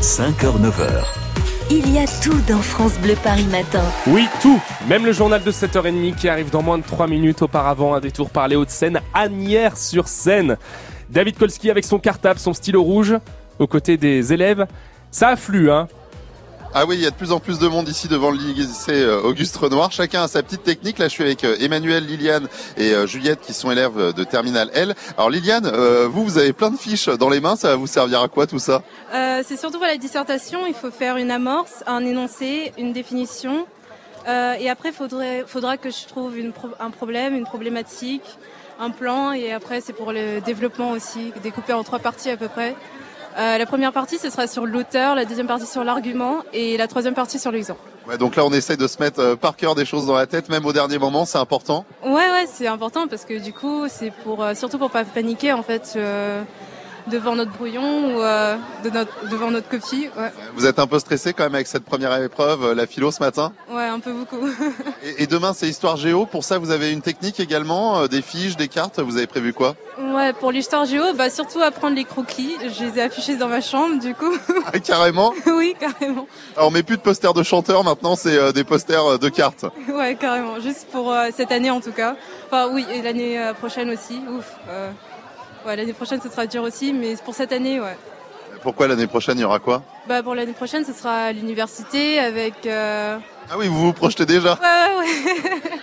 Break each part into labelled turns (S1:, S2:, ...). S1: 5h-9h.
S2: Il y a tout dans France Bleu Paris Matin.
S3: Oui, tout Même le journal de 7h30 qui arrive dans moins de 3 minutes auparavant, un détour par les Hauts-de-Seine, Agnières sur Seine. David Kolski avec son cartable, son stylo rouge, aux côtés des élèves. Ça afflue, hein
S4: Ah oui, il y a de plus en plus de monde ici devant le lycée euh, Auguste Renoir. Chacun a sa petite technique. Là, je suis avec euh, Emmanuel, Liliane et euh, Juliette qui sont élèves de Terminal L. Alors Liliane, euh, vous, vous avez plein de fiches dans les mains. Ça va vous servir à quoi tout ça
S5: Euh, c'est surtout pour la dissertation, il faut faire une amorce, un énoncé, une définition. Euh, et après, faudrait, faudra que je trouve une pro- un problème, une problématique, un plan. Et après, c'est pour le développement aussi, découpé en trois parties à peu près. Euh, la première partie, ce sera sur l'auteur, la deuxième partie sur l'argument et la troisième partie sur l'exemple.
S4: ouais, Donc là, on essaye de se mettre euh, par cœur des choses dans la tête, même au dernier moment. C'est important.
S5: Ouais, ouais, c'est important parce que du coup, c'est pour euh, surtout pour pas paniquer en fait euh, devant notre brouillon ou euh, de notre, devant notre copie. Ouais,
S4: Euh, Vous êtes un peu stressé quand même avec cette première épreuve, euh, la philo ce matin.
S5: ouais, un peu beaucoup.
S4: Et, et demain, c'est histoire géo. Pour ça, vous avez une technique également, euh, des fiches, des cartes. Vous avez prévu quoi
S5: Ouais, pour l'histoire géo, bah surtout apprendre les croquis. Je les ai affichés dans ma chambre, du coup.
S4: Ah, Carrément.
S5: oui, carrément.
S4: Alors, on met plus de posters de chanteurs maintenant. C'est euh, des posters euh, de cartes.
S5: Ouais, carrément. Juste pour euh, cette année en tout cas. Enfin, oui, et l'année euh, prochaine aussi. Ouf. euh, ouais, l'année prochaine, ce sera dur aussi, mais pour cette année, ouais.
S4: Pourquoi l'année prochaine, il y aura quoi
S5: Bah pour l'année prochaine, ce sera à l'université avec. euh,
S4: Ah oui, vous vous projetez déjà.
S5: Ouais, ouais,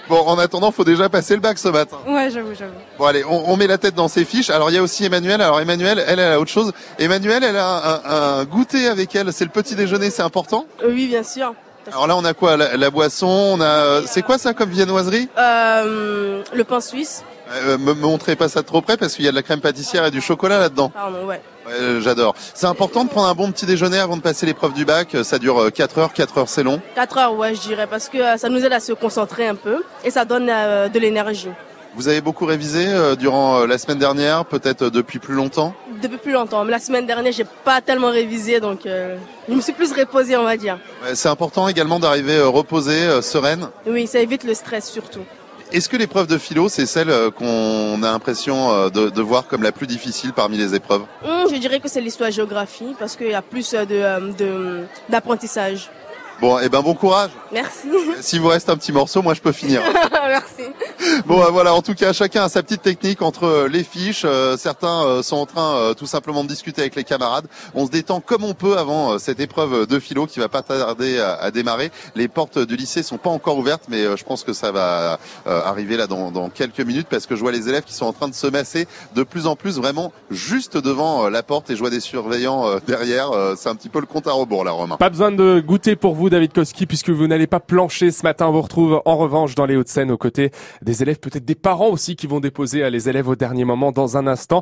S4: Bon, en attendant, faut déjà passer le bac ce matin.
S5: ouais. ouais, j'avoue, j'avoue.
S4: Bon, allez, on, on met la tête dans ses fiches. Alors, il y a aussi Emmanuel. Alors, Emmanuel, elle, elle a autre chose. Emmanuel, elle a un, un goûter avec elle. C'est le petit déjeuner, c'est important.
S6: Euh, oui, bien sûr.
S4: Alors là, on a quoi la, la boisson, on a... euh, C'est quoi ça comme viennoiserie
S6: Euh, le pain suisse,
S4: euh, Me me montrez pas ça de trop près parce qu'il y a de la crème pâtissière et du chocolat là-dedans.
S6: pardon, ouais.
S4: Ouais, euh, J'adore. C'est important de prendre un bon petit déjeuner avant de passer l'épreuve du bac. Euh, Ça dure euh, 4 heures, 4 heures c'est long.
S6: 4 heures, ouais, je dirais, parce que euh, ça nous aide à se concentrer un peu et ça donne euh, de l'énergie.
S4: Vous avez beaucoup révisé euh, durant euh, la semaine dernière, peut-être euh, depuis plus longtemps
S6: Depuis plus longtemps. La semaine dernière, j'ai pas tellement révisé, donc euh, je me suis plus reposée, on va dire.
S4: Ouais, Euh, C'est important également d'arriver euh, reposée, euh, sereine.
S6: Oui, ça évite le stress surtout.
S4: Est-ce que l'épreuve de philo, c'est celle euh, qu'on a l'impression euh, de, de voir comme la plus difficile parmi les épreuves
S6: Hum, je dirais que c'est l'histoire-géographie, parce qu'il y a plus euh, de, euh, de- d'apprentissage.
S4: Bon, eh ben bon courage.
S6: Merci.
S4: S'il vous reste un petit morceau, moi je peux finir.
S6: Merci.
S4: Bon, euh, voilà, en tout cas, chacun a sa petite technique entre euh, les fiches. Euh, Certains euh, sont en train euh, tout simplement de discuter avec les camarades. On se détend comme on peut avant euh, cette épreuve de philo qui va pas tarder à, à démarrer. Les portes du lycée sont pas encore ouvertes, mais euh, je pense que ça va euh, arriver là dans, dans quelques minutes parce que je vois les élèves qui sont en train de se masser de plus en plus vraiment juste devant euh, la porte et je vois des surveillants euh, derrière. Euh, C'est un petit peu le compte à rebours là, Romain.
S3: Pas besoin de goûter pour vous, David Koski, puisque vous n'allez pas plancher ce matin. On vous retrouve en revanche dans les Hauts-de-Seine aux côtés des élèves, peut-être des parents aussi qui vont déposer euh, les élèves au dernier moment dans un instant.